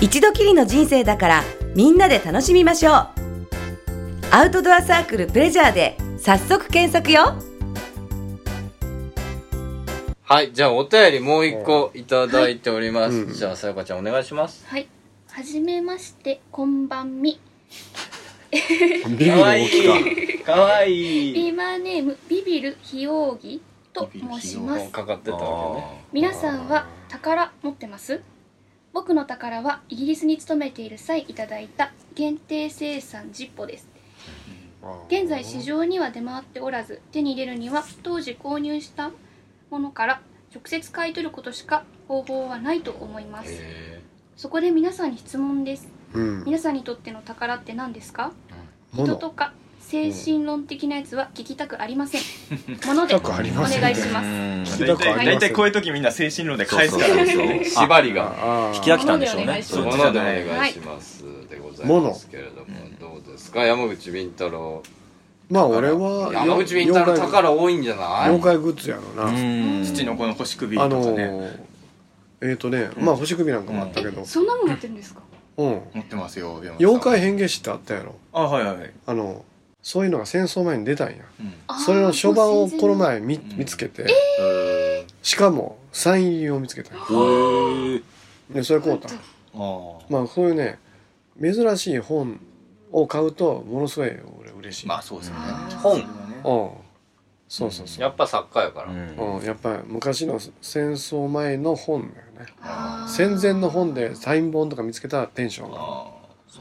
[SPEAKER 10] 一度きりの人生だからみんなで楽しみましょうアウトドアサークルプレジャーで早速検索よ
[SPEAKER 1] はい、じゃあお便りもう一個いただいております。じゃあ、さやかちゃんお願いします。
[SPEAKER 4] はい。はじめまして、こんばんみ。
[SPEAKER 3] ビビる大きか
[SPEAKER 2] かわい
[SPEAKER 4] ビーマーネーム、ビビるひおうぎと申します。
[SPEAKER 1] かかってたわけね。
[SPEAKER 4] 皆さんは宝持ってます僕の宝はイギリスに勤めている際いただいた限定生産ジッポです現在市場には出回っておらず手に入れるには当時購入したものから直接買い取ることしか方法はないと思いますそこで皆さんに質問です
[SPEAKER 3] うん
[SPEAKER 4] 皆さんにとっての宝って何ですか人
[SPEAKER 3] 物
[SPEAKER 4] とか精神論的なやつは聞きたくありま せん物でお
[SPEAKER 3] くあ
[SPEAKER 4] 願
[SPEAKER 3] りません
[SPEAKER 4] いします
[SPEAKER 3] 聞
[SPEAKER 2] い
[SPEAKER 3] いたことありません
[SPEAKER 5] 大体こういう時みんな精神論で返すから
[SPEAKER 2] そう
[SPEAKER 5] ね
[SPEAKER 2] そうそう
[SPEAKER 1] 縛りが。
[SPEAKER 3] あ
[SPEAKER 2] 引
[SPEAKER 3] あ
[SPEAKER 2] き飽きたんでしょう
[SPEAKER 4] 物でお願
[SPEAKER 2] ね
[SPEAKER 4] いします
[SPEAKER 2] そう
[SPEAKER 1] も
[SPEAKER 2] いうこと
[SPEAKER 1] の
[SPEAKER 2] じ
[SPEAKER 1] で
[SPEAKER 2] ゃない
[SPEAKER 1] お願いしますでございますけれども、どうですか山口敏太郎
[SPEAKER 3] まあ俺は
[SPEAKER 1] 山口敏太郎
[SPEAKER 3] 妖怪
[SPEAKER 1] 宝多いんじゃない
[SPEAKER 3] 妖怪グッズやろな、
[SPEAKER 2] うん
[SPEAKER 5] 父の子の星首
[SPEAKER 3] あ
[SPEAKER 5] とか
[SPEAKER 3] の
[SPEAKER 5] ね
[SPEAKER 3] ーえっ、とね、まあ星組なんかもあったけど
[SPEAKER 4] え、そんなもん持ってるんですか
[SPEAKER 3] うん、
[SPEAKER 5] 持ってますよ山口さん
[SPEAKER 3] 妖怪変化師ってあったやろ
[SPEAKER 5] あはいはいはい
[SPEAKER 3] あのそういうのが戦争前に出たんや
[SPEAKER 4] あー
[SPEAKER 3] それの初版
[SPEAKER 4] も
[SPEAKER 3] を
[SPEAKER 4] う戦前
[SPEAKER 3] この前見見つけて、しかもサイン入りを見つけたんやでそれ買うたん
[SPEAKER 5] ああ
[SPEAKER 3] まあそういうね珍しい本を買うとものすごい俺嬉しい、
[SPEAKER 5] まあそうですよね
[SPEAKER 1] 本
[SPEAKER 3] うんそうそうそう
[SPEAKER 1] やっぱ作家やから、
[SPEAKER 2] うん
[SPEAKER 3] うん、やっぱり昔の戦争前の本だよね
[SPEAKER 4] あー
[SPEAKER 3] 戦前の本でサイン本とか見つけたらテンションが
[SPEAKER 5] あ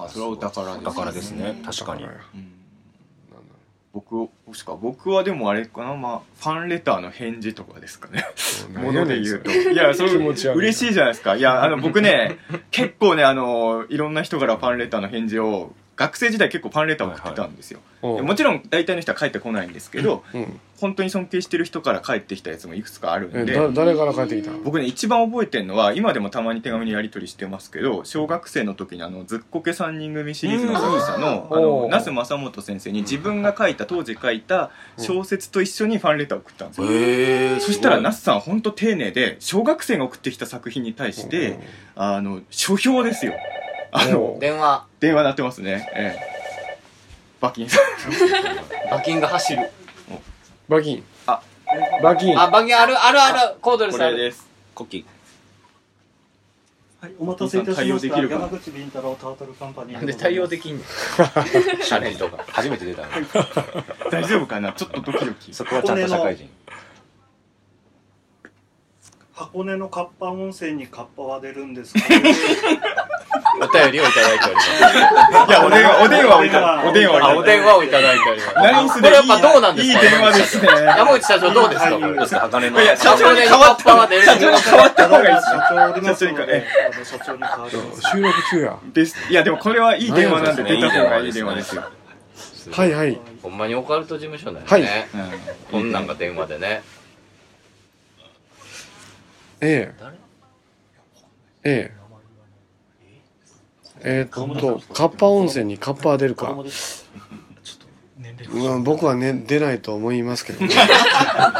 [SPEAKER 5] あそれはお宝
[SPEAKER 2] お宝ですね確かに
[SPEAKER 3] だら
[SPEAKER 5] うん僕をしか僕はでもあれかなまあファンレターの返事とかですかねもので言うと。いや、それ
[SPEAKER 3] 気持ち悪い
[SPEAKER 5] 嬉しいじゃないですか。いや、あの、僕ね、 結構ね、あの、いろんな人からファンレターの返事を、学生時代結構ファンレターを送ってたんですよ。
[SPEAKER 3] うん
[SPEAKER 5] もちろん大体の人は返ってこないんですけど、
[SPEAKER 3] うん
[SPEAKER 5] 本当に尊敬してる人から返ってきたやつもいくつかある
[SPEAKER 3] え
[SPEAKER 5] ん
[SPEAKER 3] だ
[SPEAKER 5] で、
[SPEAKER 3] 誰から帰ってきたの
[SPEAKER 5] 僕ね、一番覚えてるのは、今でもたまに手紙にやり取りしてますけど、小学生の時にあの、ずっこけ3人組シリーズの作者の、
[SPEAKER 3] うんお
[SPEAKER 5] あの、
[SPEAKER 3] う
[SPEAKER 5] 那須正元先生に自分が書いた、当時書いた小説と一緒にファンレターを送ったんですよ。そしたら、ナスさん、本当丁寧で、小学生が送ってきた作品に対して、あの、書評ですよ。あの、
[SPEAKER 1] 電話
[SPEAKER 5] 電話鳴ってますね。ええ。バキンさん。
[SPEAKER 1] 馬琴が走る
[SPEAKER 3] バキン
[SPEAKER 5] あ
[SPEAKER 3] バキン
[SPEAKER 1] あ馬琴あるあるあるコードレ
[SPEAKER 5] こ
[SPEAKER 1] スあ
[SPEAKER 5] れ
[SPEAKER 1] る
[SPEAKER 5] です。
[SPEAKER 2] コッキー
[SPEAKER 8] はい、お待たせいたしまし
[SPEAKER 5] 対応で
[SPEAKER 8] た。
[SPEAKER 5] きるかな
[SPEAKER 8] 山口敏太郎タートルカンパニー。
[SPEAKER 1] なんで対応で きんの
[SPEAKER 2] シャレとか初めて出たの
[SPEAKER 5] 大丈夫かなちょっとドキドキ。
[SPEAKER 2] そこはちゃんと社会人
[SPEAKER 8] 箱根のカッパ温泉にカッパは出るんですけど、
[SPEAKER 1] お便りをいただいております
[SPEAKER 5] いや、お電話、お電話をいただいて、お電話
[SPEAKER 1] あ
[SPEAKER 5] をいただいて
[SPEAKER 1] お電話をいただいております
[SPEAKER 5] ナイス
[SPEAKER 1] こ
[SPEAKER 5] で
[SPEAKER 1] れやっぱどうなんですか
[SPEAKER 5] いい電話ですね
[SPEAKER 1] 山口社長どうですかこれ
[SPEAKER 2] どうですか鋼の
[SPEAKER 5] いや、社長に変わった方がいい社長に変わった方がいいですね。社長に変わ
[SPEAKER 8] 社長に変わります
[SPEAKER 3] 収録中や
[SPEAKER 5] です。いや、でもこれはいい電話なんで、
[SPEAKER 1] い
[SPEAKER 5] 出
[SPEAKER 1] い
[SPEAKER 5] た
[SPEAKER 1] 電
[SPEAKER 5] 方が
[SPEAKER 1] 話
[SPEAKER 5] いい
[SPEAKER 1] です
[SPEAKER 5] 電
[SPEAKER 1] ね
[SPEAKER 5] 話ですよ。
[SPEAKER 3] はいはい
[SPEAKER 1] ほんまにオカルト事務所だよね、
[SPEAKER 3] はい
[SPEAKER 5] うん
[SPEAKER 1] こんなんが電話でね
[SPEAKER 3] えええええーっとカッパ温泉にカッパは出るか
[SPEAKER 8] 年齢
[SPEAKER 3] うん僕はね出ないと思いますけど、ね、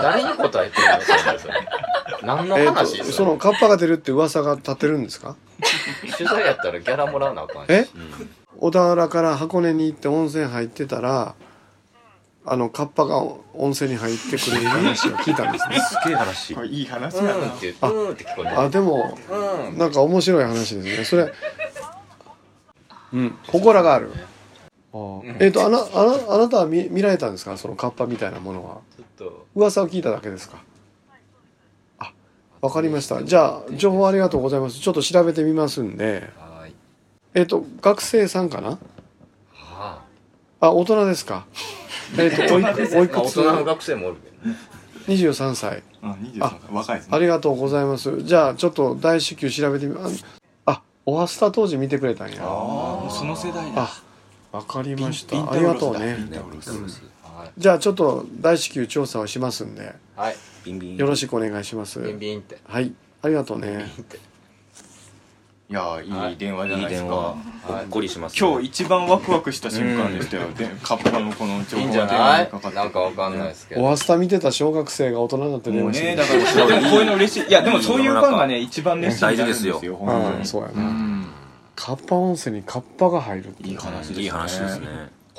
[SPEAKER 1] 誰に答えてるのそれそれ何の
[SPEAKER 3] えーっ
[SPEAKER 1] 話
[SPEAKER 3] と
[SPEAKER 1] です
[SPEAKER 3] そのカッパが出るって噂が立ってるんですか
[SPEAKER 1] 取材やったらギャラもらわなあかんし
[SPEAKER 3] え
[SPEAKER 1] うん
[SPEAKER 3] 小田原から箱根に行って温泉入ってたらあのカッパが温泉に入ってくる話を聞いたんですね
[SPEAKER 2] すげえ話
[SPEAKER 5] これいい話
[SPEAKER 1] う
[SPEAKER 5] だな。
[SPEAKER 1] んって言ってうんって聞こえ
[SPEAKER 3] あ
[SPEAKER 1] て
[SPEAKER 3] でも
[SPEAKER 1] るうん
[SPEAKER 3] なんか面白い話ですねそれうん祠があるあーえっ、とあなあなあなたは見見られたんですかそのカッパみたいなものは
[SPEAKER 1] ちょっと
[SPEAKER 3] 噂を聞いただけですかあわかりましたじゃあ情報ありがとうございますちょっと調べてみますんで
[SPEAKER 1] はーい
[SPEAKER 3] えっ、と学生さんかな
[SPEAKER 1] はあ
[SPEAKER 3] あ大人ですかえっ、とおいくおい
[SPEAKER 1] まあ
[SPEAKER 3] く
[SPEAKER 1] 大
[SPEAKER 3] つ
[SPEAKER 1] 人の学生もおるけどね
[SPEAKER 3] 23歳
[SPEAKER 5] うん、23歳。若いです
[SPEAKER 3] あ
[SPEAKER 5] ね。
[SPEAKER 3] りがとうございますじゃあちょっと大至急調べてみああおはスタ当時見てくれたんや
[SPEAKER 5] ああ、その世代
[SPEAKER 3] あわかりまし
[SPEAKER 5] ビン
[SPEAKER 3] たあ
[SPEAKER 5] ビ
[SPEAKER 3] り
[SPEAKER 5] ンタ
[SPEAKER 3] が
[SPEAKER 5] ウ
[SPEAKER 3] と
[SPEAKER 5] ロ
[SPEAKER 3] う
[SPEAKER 5] スだ
[SPEAKER 3] ね
[SPEAKER 1] はい
[SPEAKER 3] じゃあちょっと大至急調査をしますんで
[SPEAKER 1] はい
[SPEAKER 2] ビンビン
[SPEAKER 3] よろしくお願いします
[SPEAKER 1] ビンビンって
[SPEAKER 3] はいありがとうね
[SPEAKER 5] いやー、いい電話じゃ
[SPEAKER 2] い
[SPEAKER 5] ないいです
[SPEAKER 2] 電
[SPEAKER 5] か。
[SPEAKER 2] 話ほっこりしますね
[SPEAKER 5] 今日一番ワクワクした瞬間でしたよ。で、カッパのこの情
[SPEAKER 1] いいん
[SPEAKER 5] 報
[SPEAKER 1] じゃ
[SPEAKER 5] が電
[SPEAKER 1] な
[SPEAKER 5] 話に
[SPEAKER 1] い
[SPEAKER 5] かかって。
[SPEAKER 1] なんかわかんないですけ
[SPEAKER 3] お
[SPEAKER 1] ど
[SPEAKER 3] はスタ見てた小学生が大人になって電
[SPEAKER 5] もう
[SPEAKER 3] 話して
[SPEAKER 5] ね、
[SPEAKER 3] る
[SPEAKER 5] だから、でもこういうの嬉しい。いや、でもそういうファンがね、一番熱心になるん
[SPEAKER 2] 大事ですよ
[SPEAKER 5] 本当
[SPEAKER 3] うん
[SPEAKER 5] に。
[SPEAKER 3] そうや
[SPEAKER 5] う。
[SPEAKER 3] なんカッパ温泉にカッパが入るって
[SPEAKER 5] いい話ですね。
[SPEAKER 2] いい話ですね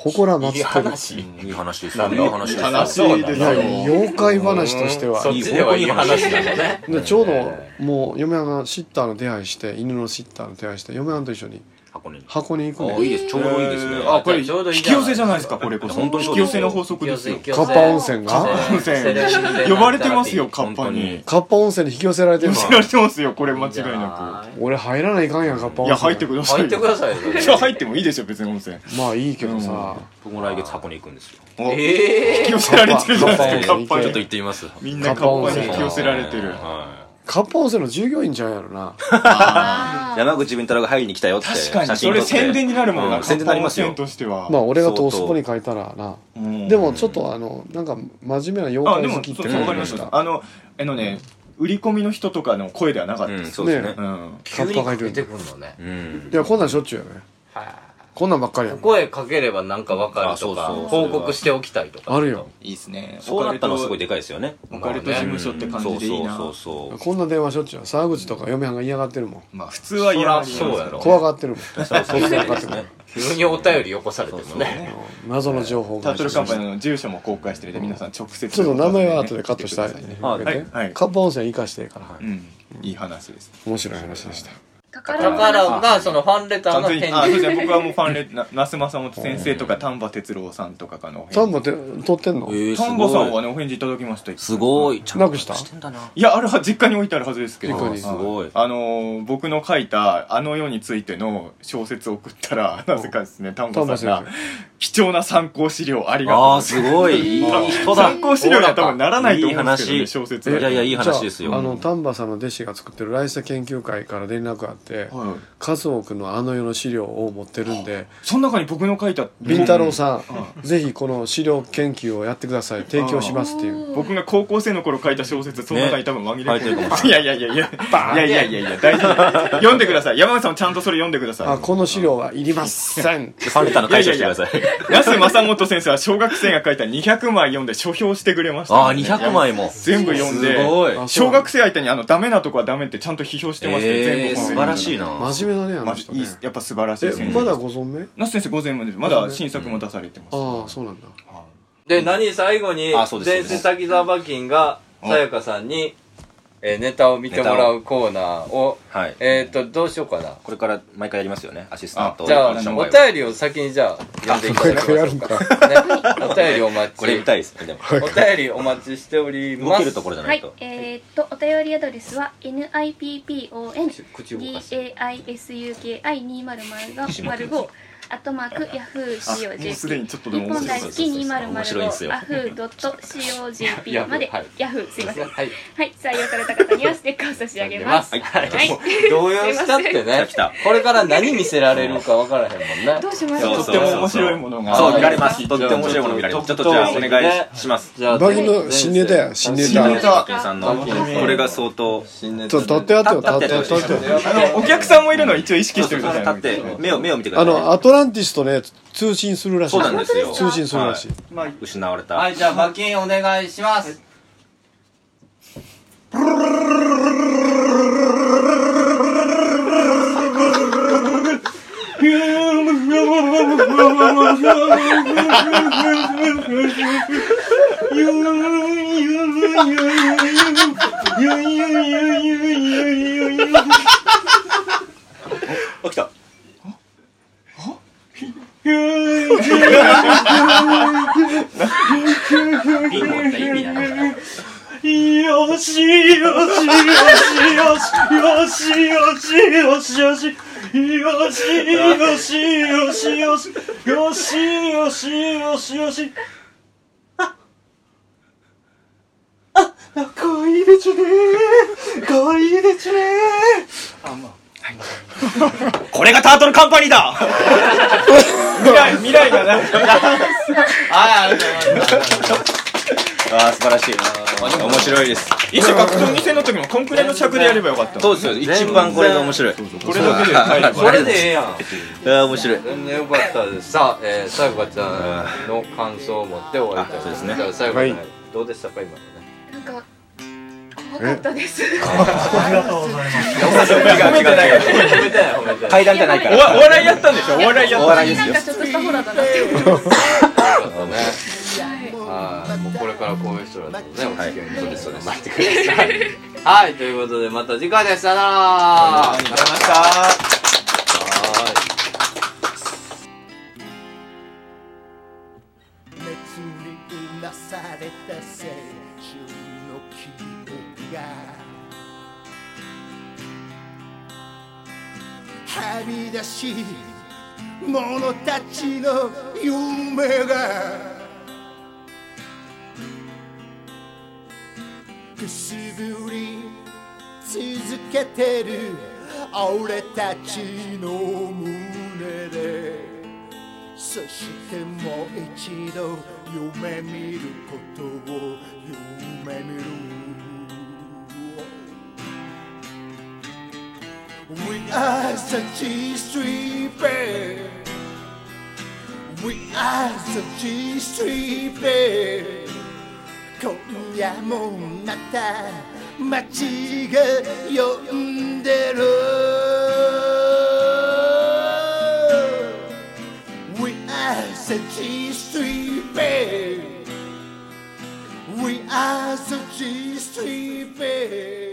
[SPEAKER 3] 祠祭
[SPEAKER 1] いい
[SPEAKER 3] ってる
[SPEAKER 1] 話
[SPEAKER 2] いい話です
[SPEAKER 1] な
[SPEAKER 2] よ
[SPEAKER 1] ん
[SPEAKER 2] い
[SPEAKER 1] だ
[SPEAKER 2] い話ですよ
[SPEAKER 5] そうです
[SPEAKER 3] いや
[SPEAKER 5] よ。
[SPEAKER 3] 妖怪話としては
[SPEAKER 1] そっちではいい話だよね
[SPEAKER 3] でちょうどもう嫁はんがシッターの手配して犬のシッターの手配して嫁はんと一緒に
[SPEAKER 2] 箱根に
[SPEAKER 3] 箱に行く
[SPEAKER 2] あ
[SPEAKER 3] ね
[SPEAKER 2] いいですちょうどいいですね
[SPEAKER 5] あこれ
[SPEAKER 1] ちょうどいい
[SPEAKER 5] 引
[SPEAKER 1] じ
[SPEAKER 5] き
[SPEAKER 1] ゃない
[SPEAKER 5] 寄せじゃないですかこれこそ
[SPEAKER 2] 本当にそ
[SPEAKER 5] 引
[SPEAKER 2] うで
[SPEAKER 5] き寄
[SPEAKER 2] す
[SPEAKER 5] せ
[SPEAKER 2] よ
[SPEAKER 5] の法則ですよ
[SPEAKER 1] 引き寄
[SPEAKER 3] カ
[SPEAKER 1] せ
[SPEAKER 3] ッパ温泉が
[SPEAKER 5] 温泉
[SPEAKER 1] セレブで
[SPEAKER 5] 呼ばれてますよカッパに
[SPEAKER 2] 本
[SPEAKER 3] カッパ温泉に引き寄せられて る
[SPEAKER 5] 寄せられてますよこれ間違いな
[SPEAKER 3] 俺入らないかんやんカッパ
[SPEAKER 5] く
[SPEAKER 3] 温泉
[SPEAKER 5] いや入ってください
[SPEAKER 1] 入ってくだ
[SPEAKER 5] い
[SPEAKER 1] さいよ
[SPEAKER 5] じゃあ入ってもいいですよ別に温泉
[SPEAKER 3] まあいいけどさ、
[SPEAKER 2] 僕も来月箱根行くんですよ
[SPEAKER 5] お引
[SPEAKER 1] ええ
[SPEAKER 5] き寄せられてるじゃないです
[SPEAKER 3] カ
[SPEAKER 5] かカ
[SPEAKER 3] ッ
[SPEAKER 5] ッ
[SPEAKER 3] パ
[SPEAKER 5] パ
[SPEAKER 3] 温
[SPEAKER 5] に
[SPEAKER 3] 泉
[SPEAKER 2] 行ってみます
[SPEAKER 5] みんなカッパに引き寄せられてる
[SPEAKER 2] は
[SPEAKER 3] カッパ温泉の従業員ちゃうやろな
[SPEAKER 2] い山口文太郎が入りに来たよって
[SPEAKER 5] 確かに
[SPEAKER 2] 写
[SPEAKER 5] そ
[SPEAKER 2] 真
[SPEAKER 5] れ
[SPEAKER 2] 撮って
[SPEAKER 5] 宣伝になるもん
[SPEAKER 2] う
[SPEAKER 5] なカ
[SPEAKER 2] 宣伝
[SPEAKER 5] ッ
[SPEAKER 2] になり
[SPEAKER 5] パ温
[SPEAKER 2] ますよ
[SPEAKER 5] 泉としては
[SPEAKER 3] ま あ俺がトースポに書いたらな
[SPEAKER 5] うん
[SPEAKER 3] でもちょっとあのなんか真面目な
[SPEAKER 5] あ
[SPEAKER 3] 妖怪
[SPEAKER 5] でも
[SPEAKER 3] 好きって
[SPEAKER 5] そうそうわかりまし
[SPEAKER 3] ね
[SPEAKER 5] たあのあのね売り込みの人とかの声ではなかった
[SPEAKER 2] うん
[SPEAKER 5] です
[SPEAKER 2] そうですね
[SPEAKER 5] うん
[SPEAKER 1] 急にかけてくるのね
[SPEAKER 2] うん
[SPEAKER 3] いやこんなんしょっちゅうやねこんなんばっかりやん
[SPEAKER 1] 声かければなんかわかる
[SPEAKER 2] あそ
[SPEAKER 1] と
[SPEAKER 2] うそ
[SPEAKER 1] か
[SPEAKER 2] う
[SPEAKER 1] 報告しておきたいとか
[SPEAKER 3] あるよ
[SPEAKER 5] いいですね
[SPEAKER 2] そうなったのはすごいでかいですよね
[SPEAKER 5] オカルト事務所って感じでいいな
[SPEAKER 2] そうそうそうそう
[SPEAKER 3] こんな電話しょっちゅうやん沢口とか嫁はんが嫌がってるもん
[SPEAKER 5] まあ普通は嫌なんですけど
[SPEAKER 1] そらそうやろ
[SPEAKER 3] 怖がって るもん
[SPEAKER 2] そうですね
[SPEAKER 1] 急にお便りよこされてもね
[SPEAKER 3] 謎の情報
[SPEAKER 5] タ
[SPEAKER 3] が
[SPEAKER 5] ートルカンパニーの住所も公開してるんで皆さん直接
[SPEAKER 3] ちょっと名前は後でカットしたいね、
[SPEAKER 2] はい
[SPEAKER 3] ね
[SPEAKER 5] はい
[SPEAKER 3] カッパ温泉生かしていいから、
[SPEAKER 5] うんいい話です
[SPEAKER 3] 面白い話でした
[SPEAKER 4] 宝
[SPEAKER 1] だからがそのファンレター
[SPEAKER 5] 完
[SPEAKER 1] の
[SPEAKER 5] 全に
[SPEAKER 1] 返
[SPEAKER 5] あそうです
[SPEAKER 1] 事
[SPEAKER 5] ね僕はもうファンレな那須正本先生とか丹波哲郎さんとかからのお返
[SPEAKER 3] 丹
[SPEAKER 5] 事
[SPEAKER 3] 波って撮ってんの、
[SPEAKER 2] えー
[SPEAKER 5] 丹波さんは
[SPEAKER 2] ね
[SPEAKER 5] ねお返事いただきました
[SPEAKER 2] すご
[SPEAKER 5] い
[SPEAKER 2] いちゃん
[SPEAKER 3] なくした
[SPEAKER 2] してんだない
[SPEAKER 5] やあれは実家に置いてあるはずですけど
[SPEAKER 3] 実家に
[SPEAKER 5] あー
[SPEAKER 2] すごい
[SPEAKER 5] あのー僕の書いた「あの世について」の小説を送ったらなぜかですね丹波さん
[SPEAKER 3] 丹
[SPEAKER 5] が
[SPEAKER 3] 波
[SPEAKER 5] 「貴重な参考資料ありがとう」
[SPEAKER 2] ああすごいいい人だ
[SPEAKER 5] 参考資料には多分ならないと思うんですけど
[SPEAKER 2] いい
[SPEAKER 5] ね
[SPEAKER 2] 話
[SPEAKER 5] 小説
[SPEAKER 2] いやいやいい話
[SPEAKER 3] じゃ
[SPEAKER 2] ですよ
[SPEAKER 3] ああの丹波さんの弟子が作ってるライス研究会から連絡あって、
[SPEAKER 5] はい
[SPEAKER 3] 数多くのあの世の資料を持ってるんで
[SPEAKER 5] その中に僕の書いた
[SPEAKER 3] 「ビンタロウさんぜひこの資料研究をやってください提供します」っていう
[SPEAKER 5] 僕が高校生の頃書いた小説その中に多分紛れ込ん
[SPEAKER 2] ね
[SPEAKER 5] でるいやいやいやいやいやいやいやいや大丈夫読んでください山口さんもちゃんとそれ読んでく
[SPEAKER 3] 「
[SPEAKER 5] だ
[SPEAKER 3] あ
[SPEAKER 5] さ
[SPEAKER 3] この資料はいりません
[SPEAKER 2] ファンレターの解釈してください
[SPEAKER 5] い那須正本先生は小学生が書いた200枚読んで書評してくれました
[SPEAKER 2] ああ200枚も
[SPEAKER 5] 全部読んです
[SPEAKER 2] ごい
[SPEAKER 3] あそう
[SPEAKER 5] 小学生相手にあのダメなとこはダメってちゃんと批評してますね
[SPEAKER 2] え
[SPEAKER 5] 全
[SPEAKER 2] ー
[SPEAKER 5] 部
[SPEAKER 2] 素晴
[SPEAKER 5] 本
[SPEAKER 2] らしいな
[SPEAKER 3] 真面目だねあ
[SPEAKER 5] ま
[SPEAKER 3] の
[SPEAKER 5] あ
[SPEAKER 3] 人
[SPEAKER 5] い
[SPEAKER 3] ね
[SPEAKER 5] いやっぱ素晴らしい
[SPEAKER 3] え
[SPEAKER 5] 先
[SPEAKER 3] ま
[SPEAKER 5] 生
[SPEAKER 3] だご存命
[SPEAKER 5] 那須先生午前までまだ新作も出されてます
[SPEAKER 3] ああそうなんだ
[SPEAKER 1] で何最後に
[SPEAKER 2] あそうです
[SPEAKER 1] 前世滝沢馬琴がさやかさんにえーネタを見てもらうコーナーを、
[SPEAKER 2] はい
[SPEAKER 1] えっ、と、どうしようかな。
[SPEAKER 2] これから毎回やりますよねアシスタント
[SPEAKER 1] じゃあ、お
[SPEAKER 2] の紹介を
[SPEAKER 1] 便りを先にじゃあ、読んでいただきましょうか。ね、お便りお待ち。
[SPEAKER 2] これ見たいです ねでも
[SPEAKER 1] お便りお待ちしております。
[SPEAKER 2] 動けるところじゃ
[SPEAKER 4] は
[SPEAKER 2] ない
[SPEAKER 4] い
[SPEAKER 2] と、
[SPEAKER 4] えー、っとお便りアドレスは n i p p o n
[SPEAKER 1] 口動
[SPEAKER 4] d
[SPEAKER 1] かす
[SPEAKER 4] a i s u k i 2 0 0 0 5アットマークヤフー
[SPEAKER 5] あもうすでにちょっ
[SPEAKER 4] COJP
[SPEAKER 5] とでも
[SPEAKER 4] 日
[SPEAKER 5] 面
[SPEAKER 4] 本
[SPEAKER 5] 白い
[SPEAKER 4] 大好き
[SPEAKER 2] 面白いで
[SPEAKER 4] 2005
[SPEAKER 2] すよ
[SPEAKER 4] ヤフー .cojp まで
[SPEAKER 1] はい
[SPEAKER 4] ヤフーすいません
[SPEAKER 1] はい。
[SPEAKER 4] はい採用された方にはステッカーを差し上げます
[SPEAKER 1] はい
[SPEAKER 4] はい
[SPEAKER 1] もう動揺したってね
[SPEAKER 2] 来た。
[SPEAKER 1] これから何見せられるか分からへんもんね
[SPEAKER 4] ど。うしまし
[SPEAKER 2] そ
[SPEAKER 4] ょ
[SPEAKER 2] う
[SPEAKER 5] と
[SPEAKER 4] う
[SPEAKER 5] っても面白いものが
[SPEAKER 2] そう見られ
[SPEAKER 1] ま
[SPEAKER 2] ますとっても面白いもの見られますちょっとじゃあお願いします
[SPEAKER 1] じゃあ、
[SPEAKER 3] バギの新ネタや新ネタ
[SPEAKER 1] 新
[SPEAKER 2] マキンさんの
[SPEAKER 1] マキンさん
[SPEAKER 2] これが相当
[SPEAKER 1] 新ネタ
[SPEAKER 3] ちょっと立ってやってよ立って
[SPEAKER 2] 立
[SPEAKER 3] 立
[SPEAKER 2] っ
[SPEAKER 3] って
[SPEAKER 2] て
[SPEAKER 3] やってよ
[SPEAKER 5] あのお客さんもいるのを一応意識してくだ
[SPEAKER 2] 立
[SPEAKER 5] さい
[SPEAKER 2] って目を目を見てくだ
[SPEAKER 3] あ
[SPEAKER 2] さい
[SPEAKER 3] のアトランティスとね通信するらしい
[SPEAKER 2] そうなんですよ
[SPEAKER 3] 通信するらしい
[SPEAKER 2] 失われた
[SPEAKER 7] はい、じゃあ、馬券お願いします。
[SPEAKER 2] あ来たビンゴって意味ない
[SPEAKER 5] よしよしよしよしよしよしよしよしよしよしよしよしよしよしよしよしああかわいいでちゅねかわいいでちゅね
[SPEAKER 2] これがタートルカンパニーだ
[SPEAKER 5] 未来未来がない
[SPEAKER 7] はい、ありがとうございます。
[SPEAKER 2] ああ素晴らしい面白いです
[SPEAKER 5] 一緒格闘技戦の時もこんくらいの尺でやればよかった
[SPEAKER 2] そうですよ一番これが面白い
[SPEAKER 5] これだけで体力
[SPEAKER 1] それでええやん。
[SPEAKER 2] ああ面白い
[SPEAKER 1] 全然よかったです。さあ、えー、さゆかちゃんの感想を持って終わりたい
[SPEAKER 2] あそうですね
[SPEAKER 1] じゃあ、さゆかちゃん、
[SPEAKER 3] はい
[SPEAKER 1] どうでしたか、今のね。
[SPEAKER 4] なんか怖かったです
[SPEAKER 2] 違う違う違う
[SPEAKER 1] 褒めてない、褒めてない。
[SPEAKER 2] 階段じゃないか
[SPEAKER 5] お
[SPEAKER 2] ら
[SPEAKER 5] わお笑いやったんでしょお笑いや
[SPEAKER 2] お
[SPEAKER 5] った
[SPEAKER 2] 笑いです
[SPEAKER 4] なん
[SPEAKER 2] よ
[SPEAKER 4] かちょっとしたホラーだなって思いま
[SPEAKER 1] よかったね。はい、もうこれからこういう人らとね、お付き合いにそうです、そうです。待ってください。はい、ということで、また次回です。さよなら。
[SPEAKER 5] ありがとうございました
[SPEAKER 1] はーい。
[SPEAKER 11] 熱りうなされた青春の記憶がはみ出し者たちの夢がくすぶり続けてる俺たちの胸でそしてもう一度夢見ることを夢見る We are the G-Street Band We are the G-Street Band 今夜もまた街が呼んでる We are the G Street Band. We are the G Street Band.